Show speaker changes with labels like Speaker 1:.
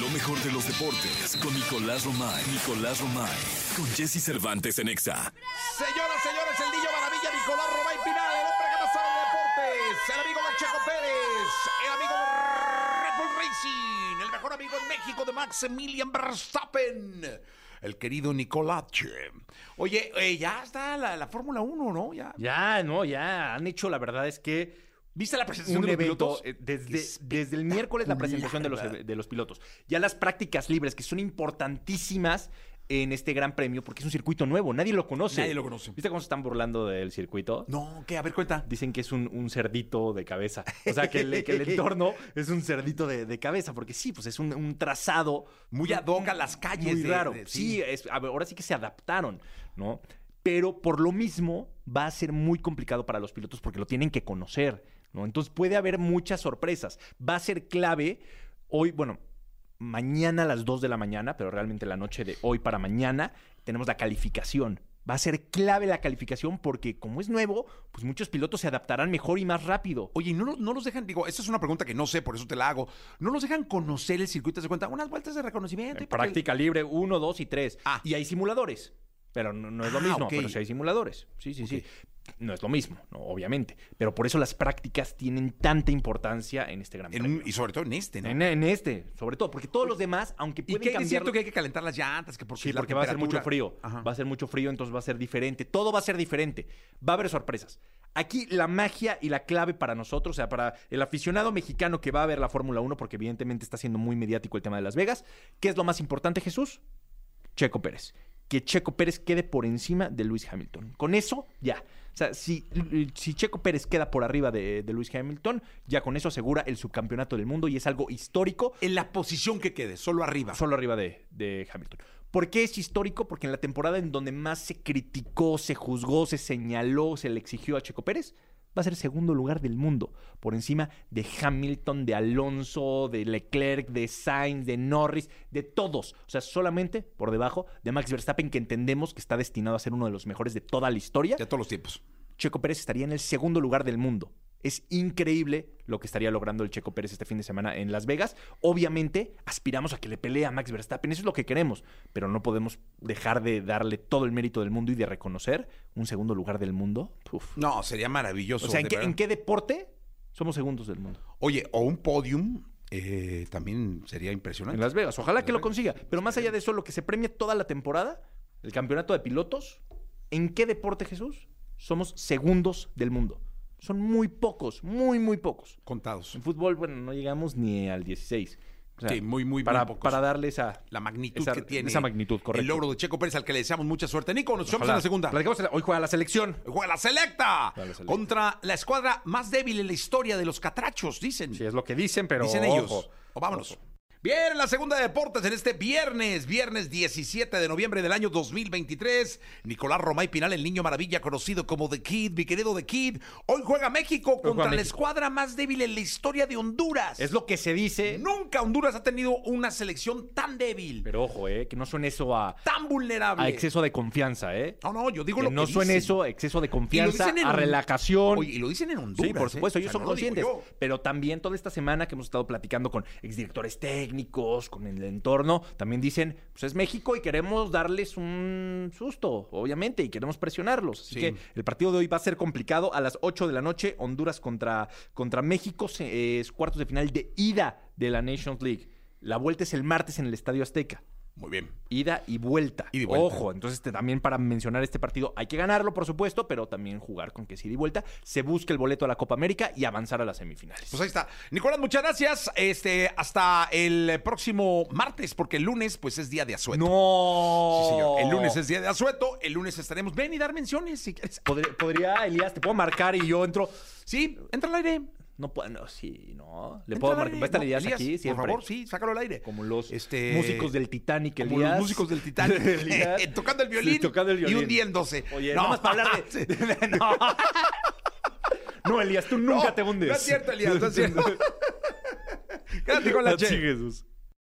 Speaker 1: Lo mejor de los deportes con Nicolás Romay. Nicolás Romay. Con Jesse Cervantes en Exa.
Speaker 2: Señoras, señores, el Niño Maravilla, Nicolás Romay Pinal, el hombre que más sabe de deportes, el amigo Mancheco Pérez, el amigo Red Bull Racing, el mejor amigo en México de Maximilian Verstappen, el querido Nicolache. Oye, eh, ya está la, la Fórmula 1, ¿no? Ya.
Speaker 3: Ya, no, ya han hecho, la verdad es que. ¿Viste la presentación
Speaker 2: Un
Speaker 3: de los
Speaker 2: evento e-,
Speaker 3: pilotos? Eh, Desde, desde el miércoles la presentación de los, e-,
Speaker 2: espectacular,
Speaker 3: de los pilotos. Ya las prácticas libres, que son importantísimas en este gran premio, porque es un circuito nuevo, nadie lo conoce.
Speaker 2: Nadie lo conoce.
Speaker 3: ¿Viste cómo se están burlando del circuito?
Speaker 2: No, ¿qué? A ver, cuenta.
Speaker 3: Dicen que es un, un cerdito de cabeza. O sea, que el, que el entorno es un cerdito de, de cabeza, porque sí, pues es un, un trazado
Speaker 2: Muy ad hoc a las calles
Speaker 3: Muy
Speaker 2: de-
Speaker 3: raro.
Speaker 2: de-
Speaker 3: sí,
Speaker 2: sí.
Speaker 3: es- a ver, ahora sí que se adaptaron, ¿no? Pero por lo mismo va a ser muy complicado para los pilotos porque lo tienen que conocer, ¿no? Entonces puede haber muchas sorpresas. Va a ser clave hoy, bueno, mañana a las 2 de la mañana, pero realmente la noche de hoy para mañana, tenemos la calificación. Va a ser clave la calificación porque como es nuevo, pues muchos pilotos se adaptarán mejor y más rápido.
Speaker 2: Oye, ¿y no los, no los dejan? Digo, esta es una pregunta que no sé, por eso te la hago. ¿No los dejan conocer el circuito? ¿Se cuenta? Unas vueltas de reconocimiento. y para que-
Speaker 3: Práctica libre 1, 2 y 3.
Speaker 2: Ah.
Speaker 3: Y hay simuladores. Pero no, no es lo
Speaker 2: Ah,
Speaker 3: mismo,
Speaker 2: ok.
Speaker 3: pero sí hay simuladores. Sí, sí, sí. No es lo mismo, no, obviamente. Pero por eso las prácticas tienen tanta importancia en este gran
Speaker 2: en
Speaker 3: premio.
Speaker 2: un- y sobre todo en este, ¿no?
Speaker 3: En, en este, sobre todo, porque todos los demás, aunque
Speaker 2: ¿Y
Speaker 3: pueden
Speaker 2: qué es
Speaker 3: cambiar...
Speaker 2: cierto que hay que calentar las llantas? Que porque
Speaker 3: Sí,
Speaker 2: la
Speaker 3: porque va a ser mucho
Speaker 2: temperatura-
Speaker 3: frío.
Speaker 2: Ajá.
Speaker 3: Va a ser mucho frío, entonces va a ser diferente. Todo va a ser diferente. Va a haber sorpresas. Aquí la magia y la clave para nosotros, o sea, para el aficionado mexicano que va a ver la Fórmula 1, porque evidentemente está siendo muy mediático el tema de Las Vegas, ¿qué es lo más importante, Jesús? Checo Pérez. Que Checo Pérez quede por encima de Luis Hamilton. Con eso, ya. O sea, si, si Checo Pérez queda por arriba de, de Luis Hamilton, ya con eso asegura el subcampeonato del mundo y es algo histórico
Speaker 2: En la posición que quede, solo arriba.
Speaker 3: solo arriba de, de Hamilton. ¿Por qué es histórico? Porque en la temporada en donde más se criticó, se juzgó, se señaló, se le exigió a Checo Pérez, va a ser segundo lugar del mundo, por encima de Hamilton, de Alonso, de Leclerc, de Sainz, de Norris, de todos. O sea, solamente por debajo de Max Verstappen, que entendemos que está destinado a ser uno de los mejores de toda la historia.
Speaker 2: de todos los tiempos.
Speaker 3: Checo Pérez estaría en el segundo lugar del mundo. Es increíble lo que estaría logrando el Checo Pérez este fin de semana en Las Vegas. Obviamente, aspiramos a que le pelee a Max Verstappen, eso es lo que queremos, pero no podemos dejar de darle todo el mérito del mundo y de reconocer un segundo lugar del mundo. Uf.
Speaker 2: No, sería maravilloso.
Speaker 3: O sea, ¿en
Speaker 2: de
Speaker 3: qué,
Speaker 2: verdad.
Speaker 3: en qué deporte somos segundos del mundo?
Speaker 2: Oye, o un podium eh, también sería impresionante.
Speaker 3: En Las Vegas, ojalá que lo consiga. Pero más allá de eso, lo que se premia toda la temporada, el campeonato de pilotos, ¿en qué deporte, Jesús? Somos segundos del mundo. Son muy pocos, muy, muy pocos.
Speaker 2: Contados.
Speaker 3: En fútbol, bueno, no llegamos ni al 16. O sea,
Speaker 2: Sí, muy, muy, muy
Speaker 3: para,
Speaker 2: pocos.
Speaker 3: para darle esa...
Speaker 2: La magnitud
Speaker 3: esa-
Speaker 2: que tiene.
Speaker 3: Esa magnitud, correcto.
Speaker 2: El logro de Checo Pérez al que le deseamos mucha suerte. Nico, nos echamos
Speaker 3: Ojalá.
Speaker 2: en la segunda.
Speaker 3: Platicamos en la- hoy juega la selección.
Speaker 2: Juega la selecta
Speaker 3: Juega la selecta.
Speaker 2: contra la escuadra más débil en la historia de los catrachos, dicen.
Speaker 3: Sí, es lo que dicen, pero
Speaker 2: Dicen ellos.
Speaker 3: ojo.
Speaker 2: O vámonos. Bien, en la segunda de deportes en este viernes, viernes 17 de noviembre del año 2023. Nicolás Romay Pinal, el niño maravilla conocido como The Kid, mi querido The Kid. Hoy juega México
Speaker 3: juega
Speaker 2: contra la
Speaker 3: México.
Speaker 2: escuadra más débil en la historia de Honduras.
Speaker 3: Es lo que se dice.
Speaker 2: Nunca Honduras ha tenido una selección tan débil,
Speaker 3: Pero ojo, eh, que no suene eso a,
Speaker 2: tan vulnerable.
Speaker 3: a exceso de confianza, ¿eh?
Speaker 2: No, no, yo digo
Speaker 3: Que
Speaker 2: lo
Speaker 3: no
Speaker 2: que
Speaker 3: suene
Speaker 2: dicen.
Speaker 3: eso a exceso de confianza,
Speaker 2: dicen en
Speaker 3: a
Speaker 2: un-
Speaker 3: relajación.
Speaker 2: Oye, y lo dicen en Honduras.
Speaker 3: Sí, por supuesto,
Speaker 2: ¿eh?
Speaker 3: ellos
Speaker 2: O sea,
Speaker 3: son
Speaker 2: no lo digo
Speaker 3: conscientes.
Speaker 2: yo.
Speaker 3: Pero también toda esta semana que hemos estado platicando con exdirectores técnicos, con el entorno, también dicen, pues es México y queremos darles un susto, obviamente, y queremos presionarlos. Así
Speaker 2: Sí.
Speaker 3: que el partido de hoy va a ser complicado. A las 8 de la noche, Honduras contra, contra México, se- eh, es cuartos de final de ida de la Nations League. La vuelta es el martes en el Estadio Azteca.
Speaker 2: Muy bien.
Speaker 3: Ida y vuelta.
Speaker 2: Ida y vuelta.
Speaker 3: Ojo, entonces este, también para mencionar este partido hay que ganarlo, por supuesto, pero también jugar con que es ida y vuelta. Se busca el boleto a la Copa América y avanzar a las semifinales.
Speaker 2: Pues ahí está. Nicolás, muchas gracias. Este, hasta el próximo martes, porque el lunes, pues, es día de asueto.
Speaker 3: ¡No!
Speaker 2: Sí, señor. El lunes es día de asueto. El lunes estaremos. Ven y dar menciones si quieres.
Speaker 3: Podría, podría, Elías, te puedo marcar y yo entro.
Speaker 2: Sí, entra al aire.
Speaker 3: No puedo, no, sí, no. Le
Speaker 2: Entra
Speaker 3: puedo
Speaker 2: al
Speaker 3: marcar.
Speaker 2: aire.
Speaker 3: Va a estar
Speaker 2: No,
Speaker 3: Elías,
Speaker 2: Elías,
Speaker 3: aquí, siempre.
Speaker 2: Por favor, sí, sácalo al aire.
Speaker 3: Como los
Speaker 2: Este,
Speaker 3: músicos del Titanic,
Speaker 2: Como
Speaker 3: Elías.
Speaker 2: los músicos del Titanic. eh,
Speaker 3: Elías.
Speaker 2: tocando el violín.
Speaker 3: Tocando el
Speaker 2: Y
Speaker 3: violín.
Speaker 2: un día en 12.
Speaker 3: Oye, no, más para hablar de. no. No, Elías, tú nunca
Speaker 2: No,
Speaker 3: te hundes.
Speaker 2: No es cierto, Elías. No es cierto. Gracias, Nicolás.
Speaker 3: Sí, Jesús.